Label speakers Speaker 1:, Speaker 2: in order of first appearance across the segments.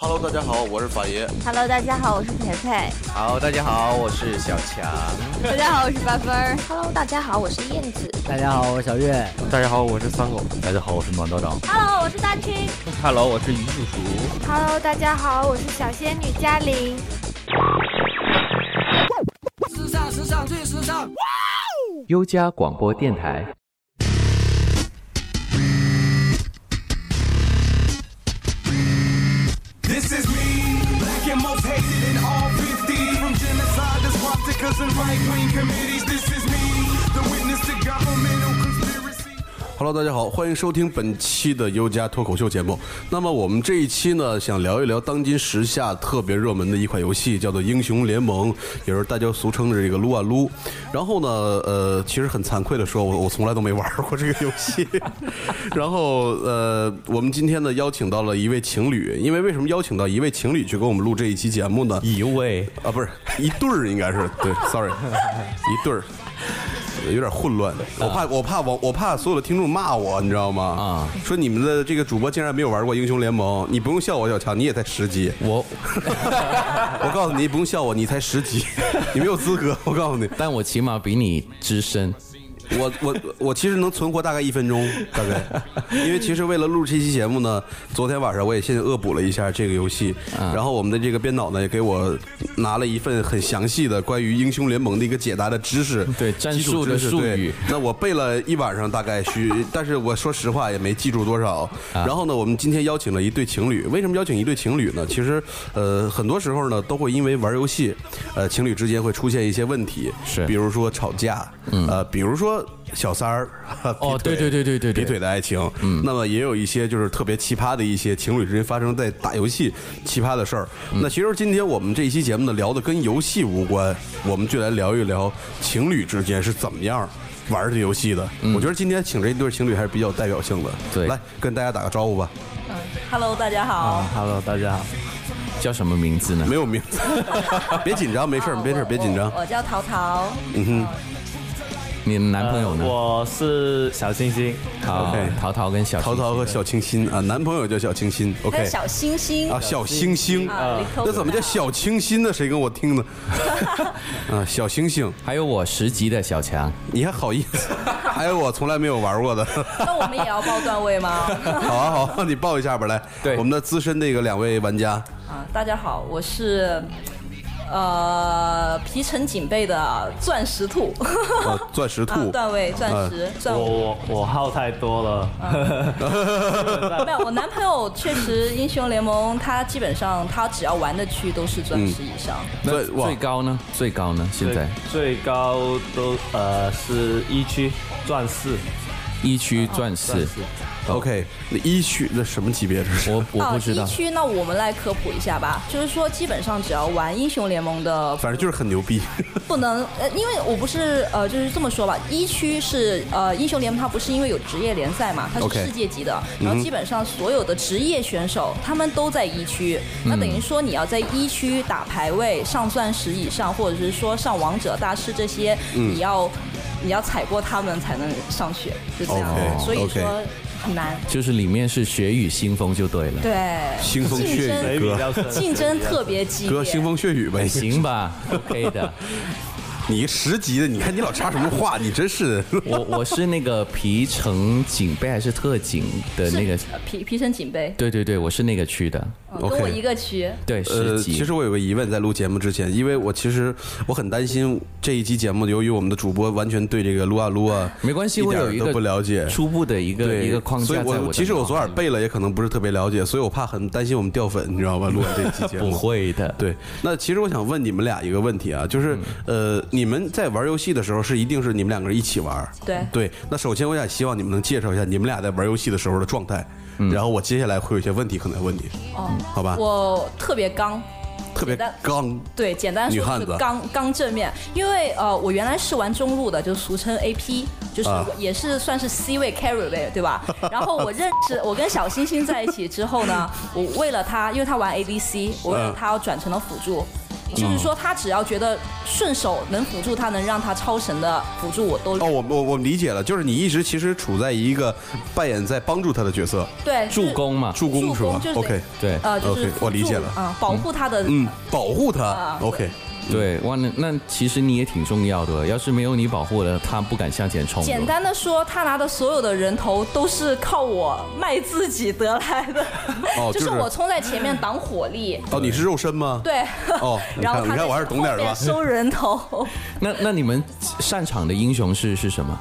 Speaker 1: Hello，大家好，我是法爷。
Speaker 2: Hello，大家好，我是培培。
Speaker 3: 好，大家好，我是小强。
Speaker 2: 大家好，我是八分儿。
Speaker 4: Hello，大家好，我是燕子。
Speaker 5: 大家好，我是小月。
Speaker 6: 大家好，我是三狗。
Speaker 7: 大家好，我是暖道长。
Speaker 2: Hello，我是大青。
Speaker 3: Hello，我是于叔叔。
Speaker 8: Hello，大家好，我是小仙女嘉玲。
Speaker 9: 时尚，时尚，最时尚！哇
Speaker 10: 哦！优家广播电台。This is me, black and most hated in all 50. From genocide to swastikas and right wing committees. This is me, the witness to governmental conspiracy.
Speaker 1: Hello，大家好，欢迎收听本期的优家脱口秀节目。那么我们这一期呢，想聊一聊当今时下特别热门的一款游戏，叫做《英雄联盟》，也是大家俗称的这个撸啊撸。然后呢，呃，其实很惭愧的说，我我从来都没玩过这个游戏。 然后呃，我们今天呢邀请到了一位情侣，因为为什么邀请到一位情侣去给我们录这一期节目呢？
Speaker 3: 一位
Speaker 1: 啊，不是一对儿，应该是对，sorry，一对儿。有点混乱，我怕我怕我我怕所有的听众骂我，你知道吗？啊，说你们的这个主播竟然没有玩过英雄联盟，你不用笑我，小强，你也才十级。
Speaker 3: 我，
Speaker 1: 我告诉你，不用笑我，你才十级， 你没有资格。我告诉你，
Speaker 3: 但我起码比你资深。
Speaker 1: 我我我其实能存活大概一分钟，大概，因为其实为了录这期节目呢，昨天晚上我也先恶补了一下这个游戏，
Speaker 3: 嗯
Speaker 1: 然后我们的这个编导呢也给我拿了一份很详细的关于英雄联盟的一个解答的知识，
Speaker 3: 对战术的术语，
Speaker 1: 那我背了一晚上大概需，但是我说实话也没记住多
Speaker 3: 啊
Speaker 1: 少。然后呢，我们今天邀请了一对情侣，为什么邀请一对情侣呢？其实呃很多时候呢都会因为玩游戏，呃情侣之间会出现一些问题，
Speaker 3: 是，嗯
Speaker 1: 比如说吵架，呃比如说。小三儿
Speaker 3: 哦，对对对对对
Speaker 1: 劈腿的爱情，嗯，那么也有一些就是特别奇葩的一些情侣之间发生在打游戏奇葩的事儿。
Speaker 3: 嗯
Speaker 1: 那其实今天我们这一期节目呢，聊的跟游戏无关，我们就来聊一聊情侣之间是怎么样玩这游戏的。我觉得今天请这一对情侣还是比较有代表性的，
Speaker 3: 嗯对，
Speaker 1: 来跟大家打个招呼吧。
Speaker 2: 嗯，Hello，大家
Speaker 3: 哦
Speaker 2: 好。
Speaker 5: Hello，大家好。
Speaker 3: 叫什么名字呢？
Speaker 1: 没有名字， 别紧张，没事，没事，别紧张。
Speaker 2: 我叫淘淘。
Speaker 1: 嗯哼。
Speaker 3: 你男朋友呢？
Speaker 11: 呃、我是小清新。
Speaker 3: 好，淘淘跟小
Speaker 1: 淘淘和小清新啊，男朋友叫小清新。OK，
Speaker 2: 小星 星
Speaker 1: 啊，小星星啊，那怎么叫小清新呢？谁跟我听呢？啊，小星星。
Speaker 3: 还有我十级的小强，
Speaker 1: 你还好意 思？还有我从来没有玩过的。
Speaker 2: 那我们也要报段位吗？
Speaker 1: 好啊，好啊，你报一下吧，来。
Speaker 3: 对，
Speaker 1: 我们的资深那个两位玩家。
Speaker 2: 啊，大家好，我是。呃，皮城警备的钻石兔，
Speaker 1: 哦、钻石兔、啊，
Speaker 2: 段位钻石，啊、钻
Speaker 11: 我我我号太多了，
Speaker 3: 嗯
Speaker 2: 啊、没有，我男朋友确实英雄联盟，他基本上他只要玩的区都是钻石以上。
Speaker 3: 嗯、那最高呢？最高呢？现在
Speaker 11: 最高都呃是一区钻四。
Speaker 3: 一区哦钻石
Speaker 1: ，OK，那一区那什么级别？这是
Speaker 3: 我嗯我不知道。
Speaker 2: 啊哦一区那我们来科普一下吧，就是说基本上只要玩英雄联盟的，
Speaker 1: 反正就是很牛 逼。
Speaker 2: 不能呃，因为我不是呃，就是这么说吧。一区是呃英雄联盟，它不是因为有职业联赛嘛，它是世界级的，
Speaker 1: 嗯
Speaker 2: 然后基本上所有的职业选手他们都在一区，那
Speaker 1: 嗯
Speaker 2: 等于说你要在一区打排位、上钻石以上，或者是说上王者、大师这些，
Speaker 1: 嗯
Speaker 2: 你要。你要踩过他们才能上去，就这样。
Speaker 1: Okay,
Speaker 2: 所以说很难。
Speaker 3: 就是里面是血雨腥风就对了。
Speaker 2: 对，
Speaker 1: 腥风血
Speaker 3: 哎
Speaker 1: 雨
Speaker 2: 哥，竞争特别激烈。
Speaker 1: 哥，腥风血雨呗，
Speaker 3: 行吧，可以 的。
Speaker 1: 你十级的，你看你老插什么话，你真是的。
Speaker 3: 我我是那个皮城警备还是特警的那个？
Speaker 2: 皮皮城警备。
Speaker 3: 对对对，我是那个区的。
Speaker 2: 嗯跟我一个区。
Speaker 3: 对，
Speaker 1: 呃，其实我有个疑问，在录节目之前，因为我其实我很担心这一期节目，由于我们的主播完全对这个撸啊撸啊，
Speaker 3: 没关系，我有一个
Speaker 1: 不了解
Speaker 3: 初步的一个一个框架。
Speaker 1: 所以我其实我昨晚背了，也可能不是特别了解，所以我怕很担心我们掉粉，你知道吧？录完这期节目
Speaker 3: 不会的。
Speaker 1: 对，那其实我想问你们俩一个问题啊，就是
Speaker 3: 嗯
Speaker 1: 呃。你们在玩游戏的时候是一定是你们两个人一起玩，
Speaker 2: 对
Speaker 1: 对。那首先我想希望你们能介绍一下你们俩在玩游戏的时候的状态，嗯、然后我接下来会有一些问题可能要问你，哦、嗯，好吧？
Speaker 2: 我特别刚。
Speaker 1: 特别刚，
Speaker 2: 对，简单
Speaker 1: 说是
Speaker 2: 刚刚正面，因为呃，我原来是玩中路的，就俗称 AP，就是
Speaker 1: 啊
Speaker 2: 也是算是 C 位 carry 位，对吧？然后我认识，我跟小 星星在一起之后呢，我为了他，因为他玩 ADC，我为了他要转成了辅助。
Speaker 1: 嗯
Speaker 2: 就是说他只要觉得顺手能辅助他，能让他超神的辅助我都
Speaker 1: 哦，我我我理解了，就是你一直其实处在一个扮演在帮助他的角色，
Speaker 2: 对就是
Speaker 3: 助攻嘛，
Speaker 1: 助攻是吧
Speaker 2: 助攻就是
Speaker 1: ？OK，
Speaker 3: 对
Speaker 2: 呃就是
Speaker 1: OK，我理解了
Speaker 2: 辅助啊，保护他的
Speaker 1: 嗯，保护他
Speaker 2: 啊。
Speaker 1: OK，
Speaker 3: 对，哇，那那其实你也挺重要的，要是没有你保护了，他不敢向前冲。
Speaker 2: 简，单的说，他拿的所有的人头都是靠我卖自己得来的，
Speaker 1: 哦
Speaker 2: 就是
Speaker 1: 就是
Speaker 2: 我冲在前面挡火 力，
Speaker 1: 哦，你是肉身吗？。
Speaker 2: 对，
Speaker 1: 哦你看
Speaker 2: 然后
Speaker 1: 你
Speaker 2: 他
Speaker 1: 看
Speaker 2: 在
Speaker 1: 我还是懂点儿的吧
Speaker 2: 后面 收人头，
Speaker 3: 那那你们擅长的英雄是是什么？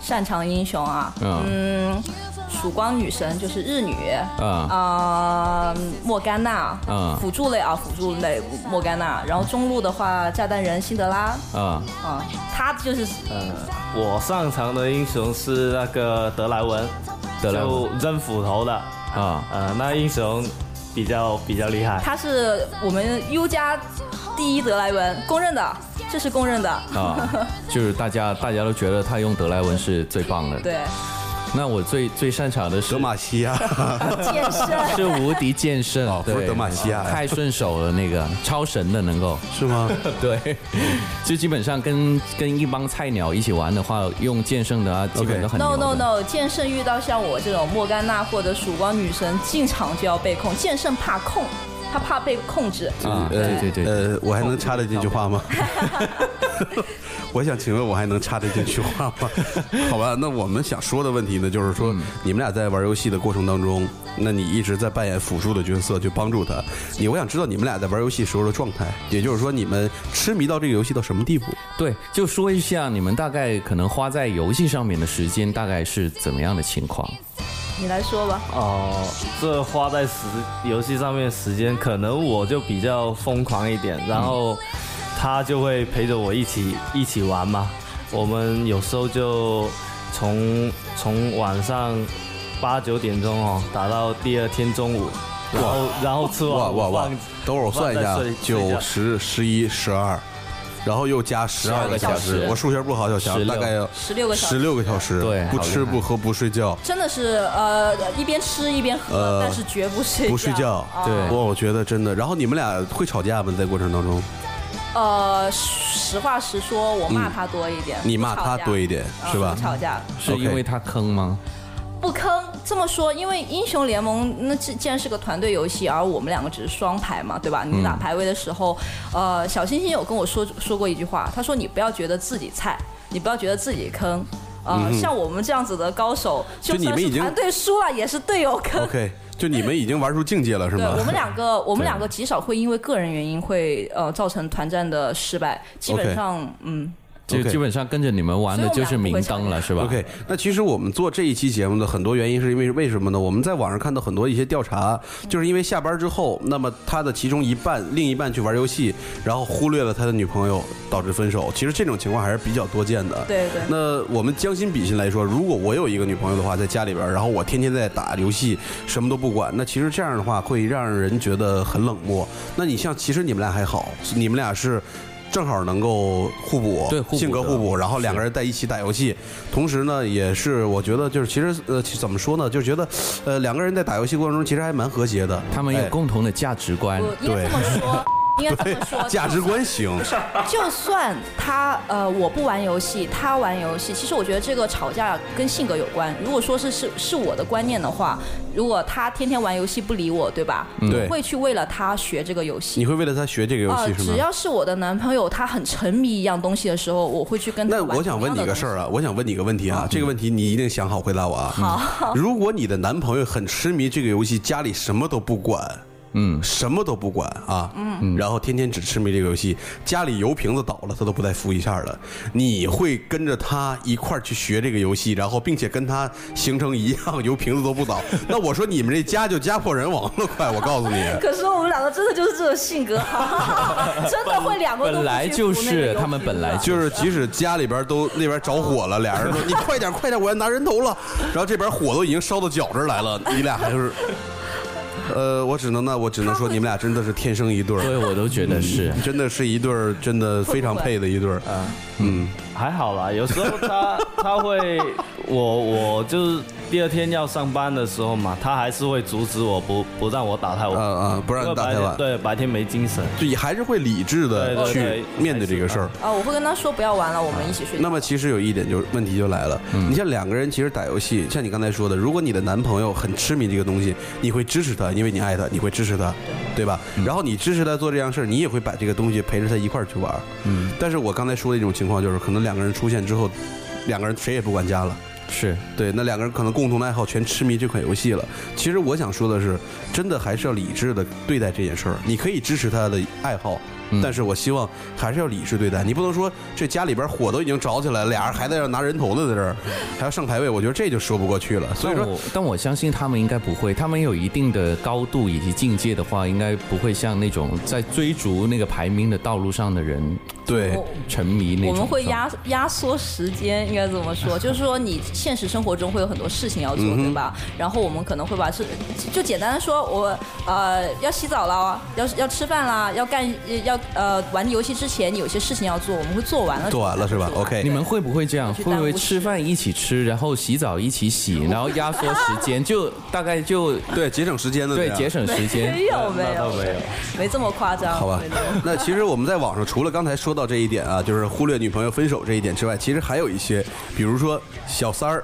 Speaker 2: 擅长英雄啊，
Speaker 3: 嗯
Speaker 2: 曙光女神就是日女，
Speaker 3: 啊
Speaker 2: 啊、莫甘娜，
Speaker 3: 嗯
Speaker 2: 辅助类啊，辅助类莫甘娜。然后中路的话，炸弹人辛德拉，
Speaker 3: 啊，
Speaker 2: 啊、他就是
Speaker 1: 嗯
Speaker 11: 我擅长的英雄是那个德莱文，
Speaker 3: 德莱文
Speaker 11: 就扔斧头的
Speaker 3: 啊
Speaker 11: 呃，那英雄比较比较厉害。
Speaker 2: 他是我们 U 加第一德莱文，公认的，这是公认的。
Speaker 1: 嗯
Speaker 3: 啊，就是大家大家都觉得他用德莱文是最棒的。，
Speaker 2: 对，
Speaker 3: 那我最最擅长的是
Speaker 1: 德玛西 亚，
Speaker 2: 健身
Speaker 3: 是无敌剑圣
Speaker 1: 哦，不是
Speaker 3: 对
Speaker 1: 德玛西亚呀
Speaker 3: 太顺手了，那个超神的能够，
Speaker 1: 是 吗？
Speaker 3: 对，就基本上跟跟一帮菜鸟一起玩的话，用剑圣的啊，基本都很
Speaker 2: ，no
Speaker 3: 牛的
Speaker 2: no no，剑圣遇到像我这种莫甘娜或者曙光女神，进场就要被控。剑圣怕控，他怕被控制。嗯
Speaker 3: 啊，
Speaker 1: 呃
Speaker 3: 对对对，
Speaker 1: 呃，我还能插得进去话 吗？ 我想请问，我还能插得进去话吗？ 好吧，那我们想说的问题呢，就是说，
Speaker 2: 嗯
Speaker 1: 你们俩在玩游戏的过程当中，那你一直在扮演辅助的角色去帮助他。你，我想知道你们俩在玩游戏时候的状态，也就是说，你们痴迷到这个游戏到什么地步？
Speaker 3: 对，就说一下你们大概可能花在游戏上面的时间大概是怎么样的情况？
Speaker 2: 你来说吧。
Speaker 11: 哦、这花在时游戏上面时间，可能我就比较疯狂一点，然后他就会陪着我一起一起玩嘛。我们有时候就从从晚上八九点钟哦打到第二天中午，然后然后吃
Speaker 1: 哇
Speaker 11: 完
Speaker 1: 哇哇
Speaker 11: 饭！
Speaker 1: 等会儿我算一下
Speaker 11: 忘在睡，睡觉
Speaker 1: 九十、十一、十二，然后又加十二个小
Speaker 3: 12个小
Speaker 1: 时
Speaker 3: 时。
Speaker 1: 我数学不好，小强
Speaker 3: 16
Speaker 1: 大概要
Speaker 2: 16个小时
Speaker 1: 十六个小时，
Speaker 3: 对
Speaker 1: 不
Speaker 3: 好厉
Speaker 1: 吃
Speaker 3: 害
Speaker 1: 不喝不睡觉。
Speaker 2: 真的是呃，一边吃一边喝，
Speaker 1: 呃
Speaker 2: 但是绝不睡啊
Speaker 1: 不睡觉，
Speaker 2: 哦
Speaker 3: 对
Speaker 1: 哇，我觉得真的。然后你们俩会吵架吗？在过程当中，
Speaker 2: 呃，实话实说，我骂他多一点，
Speaker 1: 嗯你骂他多一
Speaker 2: 点
Speaker 1: 点是吧？
Speaker 2: 嗯吵架
Speaker 3: 是
Speaker 1: OK
Speaker 3: 因为他坑吗？
Speaker 2: 不坑。这么说，因为英雄联盟那既既然是个团队游戏，啊而我们两个只是双排嘛，对吧？你打排位的时候，呃，小星星有跟我说说过一句话，他说你不要觉得自己菜，你不要觉得自己坑。呃，像我们这样子的高手，
Speaker 1: 嗯就
Speaker 2: 就
Speaker 1: 你们
Speaker 2: 算
Speaker 1: 已
Speaker 2: 是
Speaker 1: 经
Speaker 2: 团队输了，也是队友坑。
Speaker 1: OK，就你们已经玩出境界了是
Speaker 2: 对
Speaker 1: 吗？
Speaker 2: 我们两个，我们两个极少会因为个人原因会呃造成团战的失败，基
Speaker 1: OK
Speaker 2: 本上嗯，
Speaker 3: 就
Speaker 1: OK
Speaker 3: 基本上跟着你们玩的就是明灯了，是吧
Speaker 1: OK，那其实我们做这一期节目的很多原因是因为为什么呢？我们在网上看到很多一些调查，就是因为下班之后，那么他的其中一半，另一半去玩游戏，然后忽略了他的女朋友，导致分手。其实这种情况还是比较多见的。
Speaker 2: 对对
Speaker 1: 那我们将心比心来说，如果我有一个女朋友的话，在家里边，然后我天天在打游戏，什么都不管，那其实这样的话会让人觉得很冷漠。那你像，其实你们俩还好，你们俩是。正好能够互补，
Speaker 3: 对互补
Speaker 1: 性格
Speaker 3: 的
Speaker 1: 互补，然后两个人在一起打游戏，同时呢，也是我觉得就是其实呃其怎么说呢，就是觉得呃两个人在打游戏过程中其实还蛮和谐的，
Speaker 3: 他们有
Speaker 1: 哎
Speaker 3: 共同的价值观。
Speaker 2: 我应该这么说，应该这么 说，
Speaker 1: 价值观行，
Speaker 2: 就算他呃我不玩游戏，他玩游戏，其实我觉得这个吵架跟性格有关。如果说是是是我的观念的话，如果他天天玩游戏不理我，对吧？
Speaker 3: 嗯
Speaker 1: 对
Speaker 2: 我会去为了他学这个游
Speaker 1: 嗯
Speaker 2: 戏
Speaker 1: 你。会为了他学这个游
Speaker 2: 啊、
Speaker 1: 戏是
Speaker 2: 只
Speaker 1: 吗？
Speaker 2: 要是我的男朋友他很沉迷一样东西的时候，我会去跟他
Speaker 1: 那
Speaker 2: 玩。
Speaker 1: 我想问你个事儿啊，我想问你个问题啊，这个问题你一定想好回答我啊。好，如果你的男朋友很痴迷这个游戏，家里什么都不管，嗯，什么都不管啊，嗯，然后天天只痴迷这个游戏，家里油瓶子倒了他都不带扶一下的，你会跟着他一块儿去学这个游戏，然后并且跟他形成一样油瓶子都不倒， 那我说你们这家就家破人亡了，快，我告诉你。
Speaker 2: 可是我们两个真的就是这种 性格，真的会两个都不去
Speaker 3: 本来就
Speaker 2: 扶那个
Speaker 3: 是
Speaker 2: 油
Speaker 3: 他们
Speaker 2: 瓶子
Speaker 3: 本来就
Speaker 1: 就是即使家里边都那边着火了，俩人说你快点快点，我要拿人头了。然后这边火都已经烧到脚这儿来了，你俩还是，呃，我只能那我只能说你们俩真的是天生一对儿，
Speaker 3: 对，我都觉得是。
Speaker 1: 真的是一对儿，真的非常配的一对儿。
Speaker 11: 还好啦，有时候他他会，我我就是第二天要上班的时候嘛，他还是会阻止我不不让我打太
Speaker 1: 啊
Speaker 11: 晚，
Speaker 1: 啊，不让你打太
Speaker 11: 因为白
Speaker 1: 晚
Speaker 11: 天，对白天没精神。
Speaker 1: 就也还是会理智的
Speaker 11: 对对
Speaker 1: 呃去
Speaker 11: 对
Speaker 1: 面对这个事儿。
Speaker 2: 啊，我会跟他说不要玩了，我们一起睡觉。
Speaker 1: 那么其实有一点就是问题就来了，你像两个人其实打游戏，像你刚才说的，如果你的男朋友很痴迷这个东西，你会支持他，因为你爱他，你会支持他，对吧？然后你支持他做这样事儿，你也会把这个东西陪着他一块儿去玩。嗯，但是我刚才说的一种情况就是，可能两个人出现之后，两个人谁也不管家了。
Speaker 3: 是
Speaker 1: 对，那两个人可能共同的爱好全痴迷这款游戏了。其实我想说的是，真的还是要理智的对待这件事儿。你可以支持他的爱好，
Speaker 3: 嗯
Speaker 1: 但是我希望还是要理智对待。你不能说这家里边火都已经着起来了，俩人还在这儿拿人头呢，在这 儿还要上排位，我觉得这就说不过去了。所以
Speaker 3: 但
Speaker 1: 说，
Speaker 3: 我但我相信他们应该不会，他们有一定的高度以及境界的话，应该不会像那种在追逐那个排名的道路上的人
Speaker 1: 对
Speaker 2: 我
Speaker 3: 沉迷那种。
Speaker 2: 我们会压压缩时间，应该怎么说？就是说，你现实生活中会有很多事情要做，对吧？然后我们可能会把事，就简单的说，我呃要洗澡啦，要要吃饭啦，要干呃要呃玩游戏之前，你有些事情要做，我们会做完了。
Speaker 1: 做完了是吧？OK，
Speaker 3: 哦你们会不会这样？
Speaker 2: 去
Speaker 3: 会
Speaker 2: 耽误
Speaker 3: 不会吃饭一起吃，然后洗澡一起洗，然后压缩时间，就大概就
Speaker 1: 对节省时间的
Speaker 3: 对节。省时间
Speaker 2: 没。有没
Speaker 11: 那倒
Speaker 2: 有
Speaker 11: 没有，
Speaker 2: 没这么夸张，
Speaker 1: 好吧
Speaker 2: 没这么，
Speaker 1: 那其实我们在网上除了刚才说到这一点啊，就是忽略女朋友分手这一点之外，其实还有一些，比如说小三儿。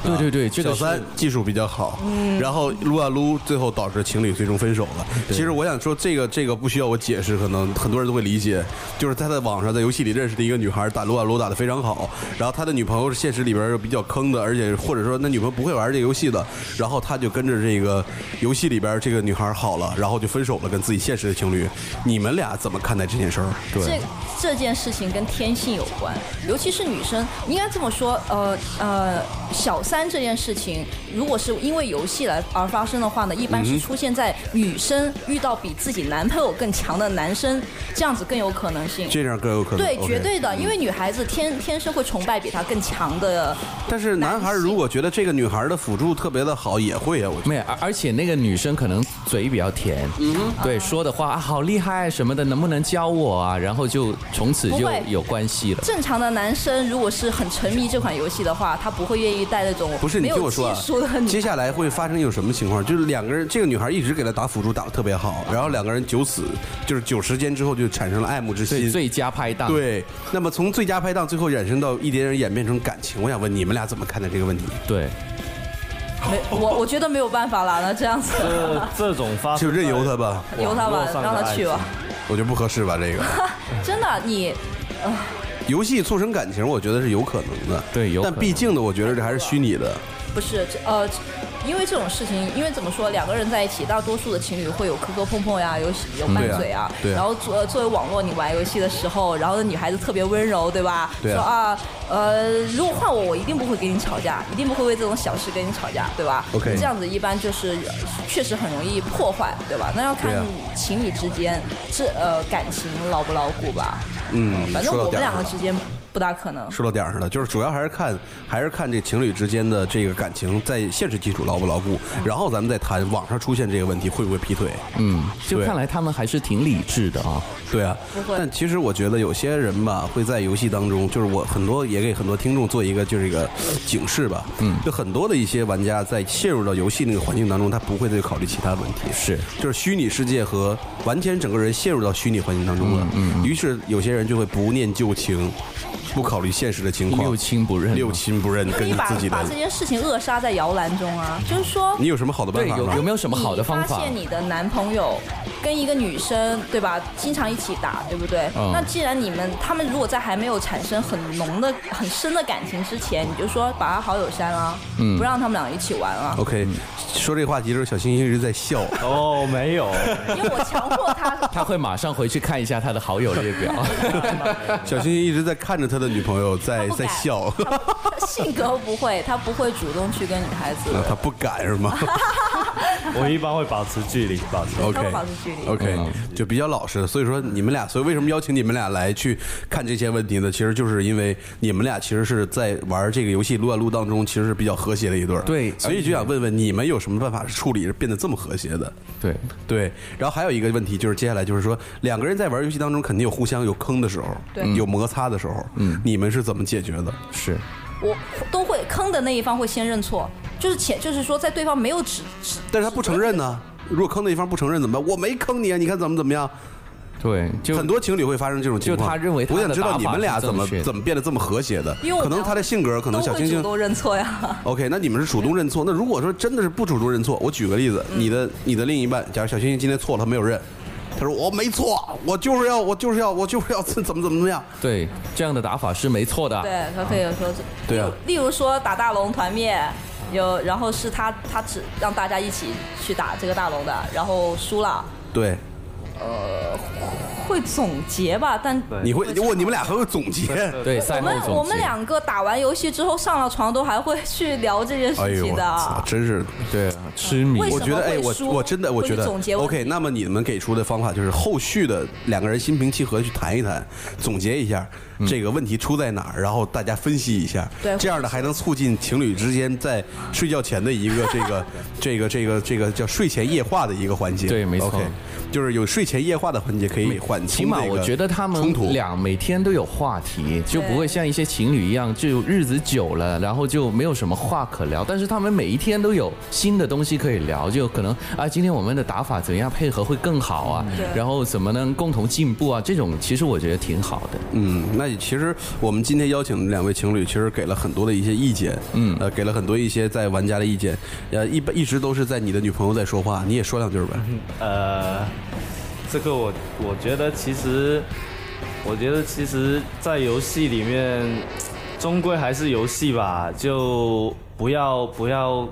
Speaker 3: 对对对
Speaker 1: 啊
Speaker 3: 这个
Speaker 1: 小三
Speaker 3: 是嗯
Speaker 1: 技术比较好，然后撸啊撸，最后导致情侣最终分手了。其实我想说，这个这个不需要我解释，可能很多人都会理解。就是他在网上在游戏里认识的一个女孩，打撸啊撸打得非常好，然后他的女朋友是现实里边儿比较坑的，而且或者说那女朋友不会玩这个游戏的，然后他就跟着这个游戏里边儿这个女孩好了，然后就分手了，跟自己现实的情侣。你们俩怎么看待这件事儿？
Speaker 2: 这这件事情跟天性有关，尤其是女生，应该这么说，呃呃，小三这件事情，如果是因为游戏来而发生的话呢，一般
Speaker 1: 嗯
Speaker 2: 是出现在女生遇到比自己男朋友更强的男生，这样子更有可能性。
Speaker 1: 这样更有可能
Speaker 2: 对，
Speaker 1: OK 嗯
Speaker 2: 绝对的，因为女孩子天天生会崇拜比她更强的。
Speaker 1: 但是男孩儿如果觉得这个女孩儿的辅助特别的好，也会啊，我觉得。
Speaker 3: 没有，而而且那个女生可能嘴比较甜，
Speaker 1: 嗯
Speaker 3: 对，说的话、啊、好厉害什么的，能不能教我啊？然后就从此
Speaker 2: 不
Speaker 3: 就
Speaker 2: 会
Speaker 3: 有关系了。
Speaker 2: 正常的男生如果是很沉迷这款游戏的话，他不会愿意带那种
Speaker 1: 不是你
Speaker 2: 没
Speaker 1: 听
Speaker 2: 有
Speaker 1: 我
Speaker 2: 技
Speaker 1: 说啊
Speaker 2: 术的，女
Speaker 1: 接下来会发生有什么情况？就是两个人，这个女孩一直给他打辅助，打的特别好，
Speaker 2: 嗯
Speaker 1: 然后两个人九死就是九十间之后就产生了爱慕之
Speaker 3: 对，
Speaker 1: 心。
Speaker 3: 最佳拍档。
Speaker 1: 对，那么从最佳拍档最后衍生到一点点演变成感情，我想问你们俩怎么看待这个问题？
Speaker 3: 对，
Speaker 2: 没，我我觉得没有办法了，那这样子。
Speaker 11: 这呃这种发
Speaker 3: 啊
Speaker 1: 就任由他吧，
Speaker 2: 由他吧
Speaker 11: 网络，上的
Speaker 2: 让他去吧。
Speaker 1: 我觉得不合适吧？这 个
Speaker 2: 真的，你
Speaker 1: 游戏促成感情，我觉得是有可能的。
Speaker 3: 对有可
Speaker 1: 但
Speaker 3: 能
Speaker 1: 毕竟呢，我觉得这还是虚拟的。
Speaker 2: 不是这呃，因为这种事情，因为怎么说，两个人在一起，大多数的情侣会有磕磕碰碰呀，有喜有拌嘴啊。
Speaker 1: 对啊对啊
Speaker 2: 然后作作为网络你玩游戏的时候，然后那女孩子特别温柔，对吧？
Speaker 1: 对啊
Speaker 2: 说啊，呃，如果换我，我一定不会跟你吵架，一定不会为这种小事跟你吵架，对吧
Speaker 1: OK
Speaker 2: 这样子一般就是呃确实很容易破坏，对吧？那要看
Speaker 1: 对啊
Speaker 2: 情侣之间这呃感情牢不牢固吧。
Speaker 1: 嗯，
Speaker 2: 反正
Speaker 1: 说到
Speaker 2: 我们
Speaker 1: 点儿
Speaker 2: 两个
Speaker 1: 上了
Speaker 2: 之间不大可能。
Speaker 1: 说到点儿上了，就是主要还是看还是看这情侣之间的这个感情在现实基础牢不牢固，然后咱们再谈网上出现这个问题会不会劈腿。
Speaker 3: 嗯，就
Speaker 1: 对
Speaker 3: 看来他们还是挺理智的啊。
Speaker 1: 对啊
Speaker 2: 不，会
Speaker 1: 但其实我觉得有些人吧，会在游戏当中，就是我很多也给很多听众做一个就是一个警示吧。嗯，就很多的一些玩家在陷入到游戏那个环境当中，他不会再考虑其他问题，
Speaker 3: 是
Speaker 1: 就是虚拟世界和完全整个人陷入到虚拟环境当中了。嗯，于是有些人就会不念旧情，不考虑现实的情况，
Speaker 3: 六亲不认啊
Speaker 1: 六亲不认，
Speaker 2: 可
Speaker 1: 跟
Speaker 2: 以
Speaker 1: 你
Speaker 2: 把
Speaker 1: 自己
Speaker 2: 把
Speaker 1: 的
Speaker 2: 这件事情扼杀在摇篮中啊，就是说。
Speaker 1: 你有什么好的办
Speaker 3: 对，
Speaker 1: 法
Speaker 3: 有
Speaker 1: 吗？
Speaker 3: 有没有什么好的方
Speaker 2: 你发
Speaker 3: 法？
Speaker 2: 现你的男朋友跟一个女生，对吧？经常一起打，对不对？
Speaker 3: 嗯
Speaker 2: 那既然你们他们如果在还没有产生很浓的、很深的感情之前，你就说把他好友删了，
Speaker 3: 嗯
Speaker 2: 不让他们俩一起玩啊了。
Speaker 1: OK，、说这个话题的时候，小星星一直在笑。
Speaker 11: 哦，没有，
Speaker 2: 因为我强迫他，
Speaker 3: 他会马上回去看一下他的好友列表。
Speaker 1: 小星星一直在看着他的女朋友在
Speaker 2: 不
Speaker 1: 在
Speaker 2: 敢
Speaker 1: 笑，
Speaker 2: 他他性格不会，他不会主动去跟女孩子，
Speaker 3: 嗯
Speaker 1: 他不敢是 吗
Speaker 11: 我一般会保持距离，保持。
Speaker 2: 他会
Speaker 1: ？OK
Speaker 2: 保持距离。
Speaker 1: OK，就比较老实。所以说你们俩，所以为什么邀请你们俩来去看这些问题呢？其实就是因为你们俩其实是在玩这个游戏撸啊撸当中，其实是比较和谐的一对儿。
Speaker 3: 对
Speaker 1: 所以就想问问你们有什么办法是处理变得这么和谐的？
Speaker 3: 对，
Speaker 1: 对，然后还有一个问题就是，接下来就是说，两个人在玩游戏当中肯定有互相有坑的时候，
Speaker 2: 对
Speaker 1: 有摩擦的
Speaker 3: 嗯
Speaker 1: 时候，嗯，你们是怎么解决的？
Speaker 3: 是
Speaker 2: 我都会坑的那一方会先认错，就是前就是说在对方没有指指，
Speaker 1: 但是他不承认呢、如果坑的一方不承认怎么办？我没坑你啊！你看怎么怎么样？
Speaker 3: 对，就
Speaker 1: 很多情侣会发生这种情况。
Speaker 3: 就他认为他
Speaker 1: 我
Speaker 3: 的
Speaker 1: 想知道你们俩
Speaker 3: 打法是
Speaker 1: 怎么
Speaker 3: 正确的
Speaker 1: 怎么变得这么和谐的
Speaker 2: 因为？我
Speaker 1: 可
Speaker 2: 们
Speaker 1: 能他的性格，可能
Speaker 2: 都
Speaker 1: 小
Speaker 2: 会
Speaker 1: 清
Speaker 2: 主
Speaker 1: 新。
Speaker 2: 动认错呀。
Speaker 1: OK，那你们是主动认错。那如果说真的是不主动认错，我举个例子，
Speaker 2: 嗯
Speaker 1: 你的你的另一半，假如小清新今天错了，他没有认，他说我没错，我就是要我就是要我就是要怎么怎么怎么样。
Speaker 3: 对这样的打法是没错的。
Speaker 2: 对，他可以说是，
Speaker 1: 啊对啊
Speaker 2: 例如说打大龙团灭，有然后是他他只让大家一起去打这个大龙的，然后输了，
Speaker 1: 对，
Speaker 2: 会总结吧，但
Speaker 1: 你会我你们俩还会总结。
Speaker 3: 对，
Speaker 2: 我
Speaker 3: 赛后
Speaker 2: 们
Speaker 3: 总结。
Speaker 2: 我们两个打完游戏之后上了床都还会去聊这件
Speaker 1: 哎
Speaker 2: 事
Speaker 1: 呦，
Speaker 2: 情
Speaker 1: 我
Speaker 2: 的。啊
Speaker 1: 操，真是
Speaker 3: 对啊痴迷
Speaker 2: 为什
Speaker 1: 我
Speaker 2: 么
Speaker 1: 觉得，哎，
Speaker 2: 会
Speaker 1: 我
Speaker 2: 输
Speaker 1: 我真的，我
Speaker 2: 会
Speaker 1: 觉得
Speaker 2: 总结问
Speaker 1: OK。
Speaker 2: 题
Speaker 1: 那么你们给出的方法就是后续的两个人心平气和去谈一谈，总结一下这个问题出在哪儿，然后大家分析一下。
Speaker 2: 对
Speaker 1: 这样的还能促进情侣之间在睡觉前的一个这个这个这个这个叫睡前夜话的一个环节。
Speaker 3: 对没错
Speaker 1: OK，就是有睡前夜话的环节可以缓
Speaker 3: 起
Speaker 1: 冲
Speaker 3: 码
Speaker 1: 这个
Speaker 3: 我觉得他
Speaker 1: 冲突
Speaker 3: 们俩每天都有话题，就不会像一些情侣一样，就日子久了，然后就没有什么话可聊。但是他们每一天都有新的东西可以聊，就可能啊，今天我们的打法怎样配合会更好啊，
Speaker 2: 嗯
Speaker 3: 然后怎么能共同进步啊？这种其实我觉得挺好的。
Speaker 1: 嗯，那其实我们今天邀请的两位情侣，其实给了很多的一些意见，嗯，呃，给了很多一些在玩家的意见，呃，一般一直都是在你的女朋友在说话，你也说两句呗。
Speaker 11: 呃，这个我我觉得其实，我觉得其实，在游戏里面，终归还是游戏吧，就不要不要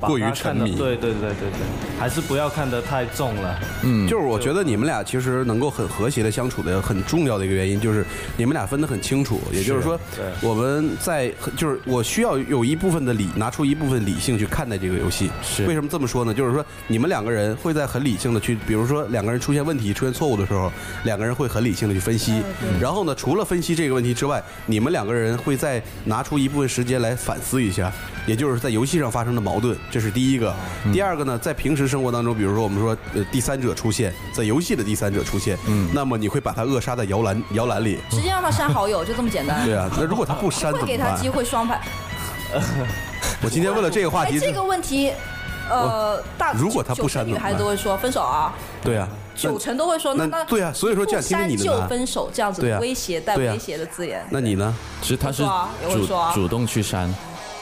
Speaker 11: 把
Speaker 1: 过于
Speaker 11: 它
Speaker 1: 沉
Speaker 11: 看得
Speaker 1: 迷
Speaker 11: 对对对对对，还是不要看得太重了。
Speaker 1: 嗯，就是我觉得你们俩其实能够很和谐的相处的很重要的一个原因，就是你们俩分得很清楚，也就是说，
Speaker 11: 对
Speaker 1: 我们在就是我需要有一部分的理，拿出一部分理性去看待这个游戏。
Speaker 3: 是
Speaker 1: 为什么这么说呢？就是说你们两个人会在很理性的去，比如说两个人出现问题、出现错误的时候，两个人会很理性的去分析。然后呢，除了分析这个问题之外，你们两个人会再拿出一部分时间来反思一下，也就是在游戏上发生的矛盾，这是第一个。第二个呢，在平时生活当中，比如说我们说呃第三者出现，在游戏的第三者出现，那么你会把他扼杀在摇篮摇篮里。
Speaker 2: 直接让他删好友，就这么简 单。
Speaker 1: 对啊，那如果他不删怎
Speaker 2: 会
Speaker 1: 么
Speaker 2: 给他
Speaker 1: 办
Speaker 2: 机？会双排。
Speaker 1: 我今天为了这个话
Speaker 2: 哎，
Speaker 1: 题，
Speaker 2: 这个问题，呃，大
Speaker 1: 如果他不删
Speaker 2: 九成女孩
Speaker 1: 怎么办
Speaker 2: 都会说分手啊，
Speaker 1: 对啊，那
Speaker 2: 九成都会说
Speaker 1: 那
Speaker 2: 那
Speaker 1: 对啊所以说这样听听你的
Speaker 2: 不删
Speaker 1: 呢
Speaker 2: 就分手这样子
Speaker 1: 对啊
Speaker 2: 的威胁带
Speaker 1: 对啊
Speaker 2: 威胁的字眼，
Speaker 1: 那你呢？
Speaker 3: 其实他是
Speaker 2: 我说啊我
Speaker 3: 主
Speaker 2: 说啊
Speaker 3: 主动去删，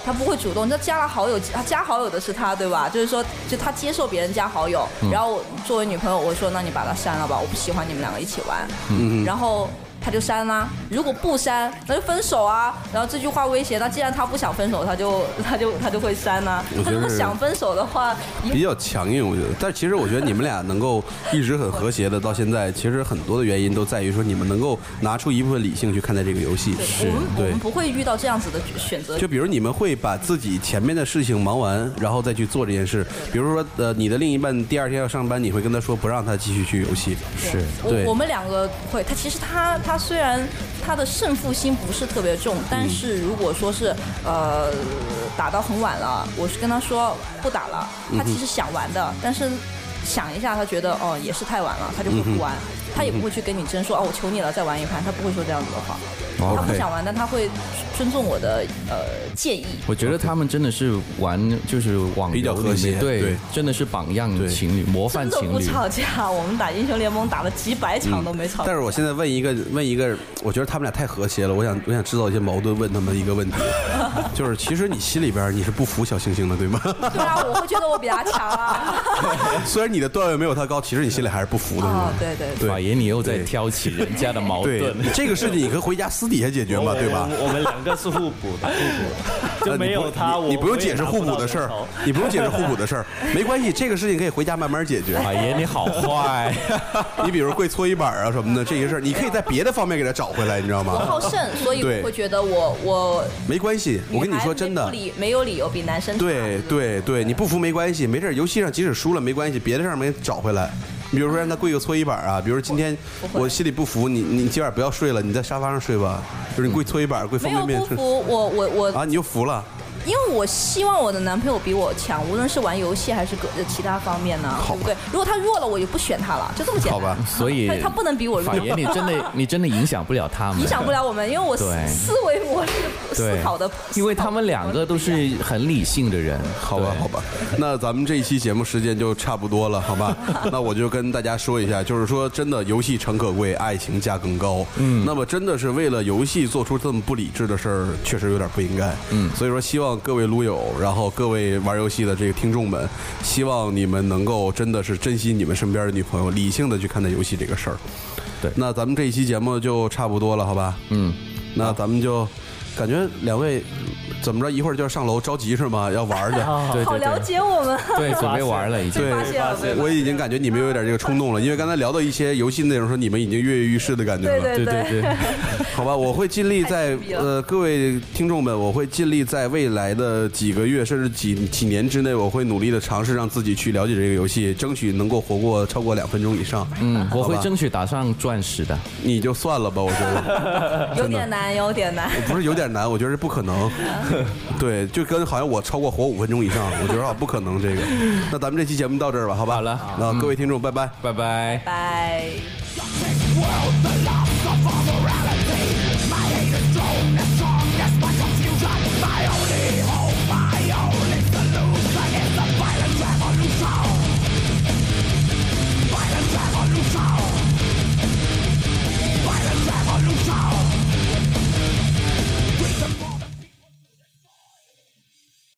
Speaker 2: 他不会主动，他加了好友，他加好友的是他对吧？就是说，就他接受别人加好友，
Speaker 1: 嗯
Speaker 2: 然后作为女朋友，我说那你把他删了吧，我不喜欢你们两个一起玩，
Speaker 1: 嗯
Speaker 2: 然后。他就删啦、如果不删，那就分手啊。然后这句话威胁，那既然他不想分手，他就 他就他就会删啦、
Speaker 1: 我觉得
Speaker 2: 他如果
Speaker 1: 是
Speaker 2: 想分手的话，也
Speaker 1: 比较强硬，我觉得。但其实我觉得你们俩能够一直很和谐的到现在，其实很多的原因都在于说你们能够拿出一部分理性去看待这个游戏。
Speaker 2: 对我们我
Speaker 1: 对
Speaker 2: 们。不会遇到这样子的选择。
Speaker 1: 就比如你们会把自己前面的事情忙完，然后再去做这件事。比如说，呃，你的另一半第二天要上班，你会跟他说不让他继续去游戏。是对
Speaker 2: 我我们两个会，他其实他他虽然他的胜负心不是特别重，但
Speaker 1: 嗯
Speaker 2: 是如果说是呃打到很晚了，我是跟他说不打了，
Speaker 1: 嗯
Speaker 2: 他其实想玩的，但是想一下他觉得哦也是太晚了，他就
Speaker 1: 嗯
Speaker 2: 会不玩，他也不会去跟你争说哦我求你了再玩一盘，他不会说这样子的话，他不
Speaker 1: OK
Speaker 2: 想玩，但他会尊重我的呃建议。
Speaker 3: 我觉得他们真的是玩就是网游
Speaker 1: 比较和谐
Speaker 3: 里面对，
Speaker 1: 对
Speaker 3: 真的是榜样
Speaker 1: 对
Speaker 3: 情侣，模
Speaker 2: 真
Speaker 3: 范
Speaker 2: 的
Speaker 3: 情
Speaker 2: 不
Speaker 3: 侣。
Speaker 2: 吵架，我们打英雄联盟打了几百场都没吵
Speaker 1: 嗯 但
Speaker 2: 架。
Speaker 1: 是我现在问一个问一个，我觉得他们俩太和谐了，我想我想制造一些矛盾，问他们一个问题， 就是其实你心里边你是不服小星星的，对吗？
Speaker 2: 对啊，我会觉得我比他强啊。
Speaker 1: 虽然你的段位没有他高，其实你心里还是不服的， 对
Speaker 2: 哦
Speaker 1: 吗，
Speaker 2: 对对对。
Speaker 1: 对
Speaker 3: 法爷，你又在
Speaker 1: 对
Speaker 3: 挑起人家的矛
Speaker 1: 对
Speaker 3: 盾。
Speaker 1: 这个事情你可以回家私底下解决嘛，
Speaker 11: 我
Speaker 1: 对吧？
Speaker 11: 我我们两个是互补的，互补的，
Speaker 1: 呃
Speaker 11: 就
Speaker 1: 你
Speaker 11: 没
Speaker 1: 不
Speaker 11: 有他，
Speaker 1: 你
Speaker 11: 我
Speaker 1: 你不用
Speaker 11: 我也
Speaker 1: 解释
Speaker 11: 拿
Speaker 1: 互补
Speaker 11: 到
Speaker 1: 的事儿
Speaker 11: 头，
Speaker 1: 你不用解释互补的事儿，没关系，这个事情可以回家慢慢解 决。
Speaker 3: 法爷，你好坏。
Speaker 1: 你比如会搓衣板啊什么的这些事儿，你可以在别的方面给他找回来，你知道
Speaker 2: 我
Speaker 1: 吗？
Speaker 2: 好胜，所以
Speaker 1: 对
Speaker 2: 我会觉得我我
Speaker 1: 没关系，我跟你说真的
Speaker 2: 女孩没不。理没有理由比男生差
Speaker 1: 对对对，你不服没关系，没事儿。游戏上即使输了没关系，别的上面找回来。你比如说让他跪个搓衣板啊，比如说今天我心里不服，你你今晚不要睡了，你在沙发上睡吧，就是你跪搓衣板，跪
Speaker 2: 没
Speaker 1: 方
Speaker 2: 有
Speaker 1: 便面
Speaker 2: 不服我我我
Speaker 1: 啊，你就服了。
Speaker 2: 因为我希望我的男朋友比我强，无论是玩游戏还是各呃其他方面呢、对不对？如果他弱了，我就不选他了，就这么简
Speaker 1: 好
Speaker 2: 单。
Speaker 1: 吧
Speaker 3: 所以
Speaker 2: 他他不能比我弱
Speaker 3: 法，爷，你真的你真的影响不了他们，
Speaker 2: 影响不了我们，因为我思
Speaker 3: 对
Speaker 2: 思维模式思考的，
Speaker 3: 因为他们两个都是很理性的人，
Speaker 1: 好吧，好吧，那咱们这一期节目时间就差不多了，好 吧？那我就跟大家说一下，就是说真的，游戏诚可贵，爱情价更高。嗯，那么真的是为了游戏做出这么不理智的事儿，确实有点不应该。嗯，所以说希望各位撸友，然后各位玩游戏的这个听众们，希望你们能够真的是珍惜你们身边的女朋友，理性的去看待游戏这个事儿。
Speaker 3: 对
Speaker 1: 那咱们这一期节目就差不多了，好吧？
Speaker 3: 嗯，
Speaker 1: 那咱们就感觉两位怎么着，一会儿就要上楼，着急是吗？要玩儿 去。
Speaker 3: 对
Speaker 2: 好
Speaker 3: 对
Speaker 2: 了
Speaker 3: 对，
Speaker 2: 解我们。
Speaker 3: 对准备玩了已经。
Speaker 1: 对
Speaker 2: 发现了没有
Speaker 1: 我已经感觉你们有点这个冲动了，因为刚才聊到一些游戏内容的时候，你们已经跃跃欲试的感觉
Speaker 2: 对
Speaker 1: 了。
Speaker 2: 对对，
Speaker 3: 对，
Speaker 1: 好吧，我会尽力在
Speaker 2: 逼了
Speaker 1: 呃各位听众们，我会尽力在未来的几个月甚至几几年之内，我会努力的尝试让自己去了解这个游戏，争取能够活过超过两分钟以上。
Speaker 3: 嗯，我会
Speaker 1: 好吧
Speaker 3: 争取打上钻石的。
Speaker 1: 你就算了吧，我觉得
Speaker 2: 有点难，有点难。
Speaker 1: 不是有点难，我觉得是不可 能。对，就跟好像我超过活五分钟以上，我觉得啊不可能这个。那咱们这期节目到这儿吧，好吧？嗯
Speaker 3: 好了
Speaker 1: 那各位听众，拜拜。
Speaker 3: 拜拜。
Speaker 2: 拜。
Speaker 10: World, the loss of all morality. My hate is drawn and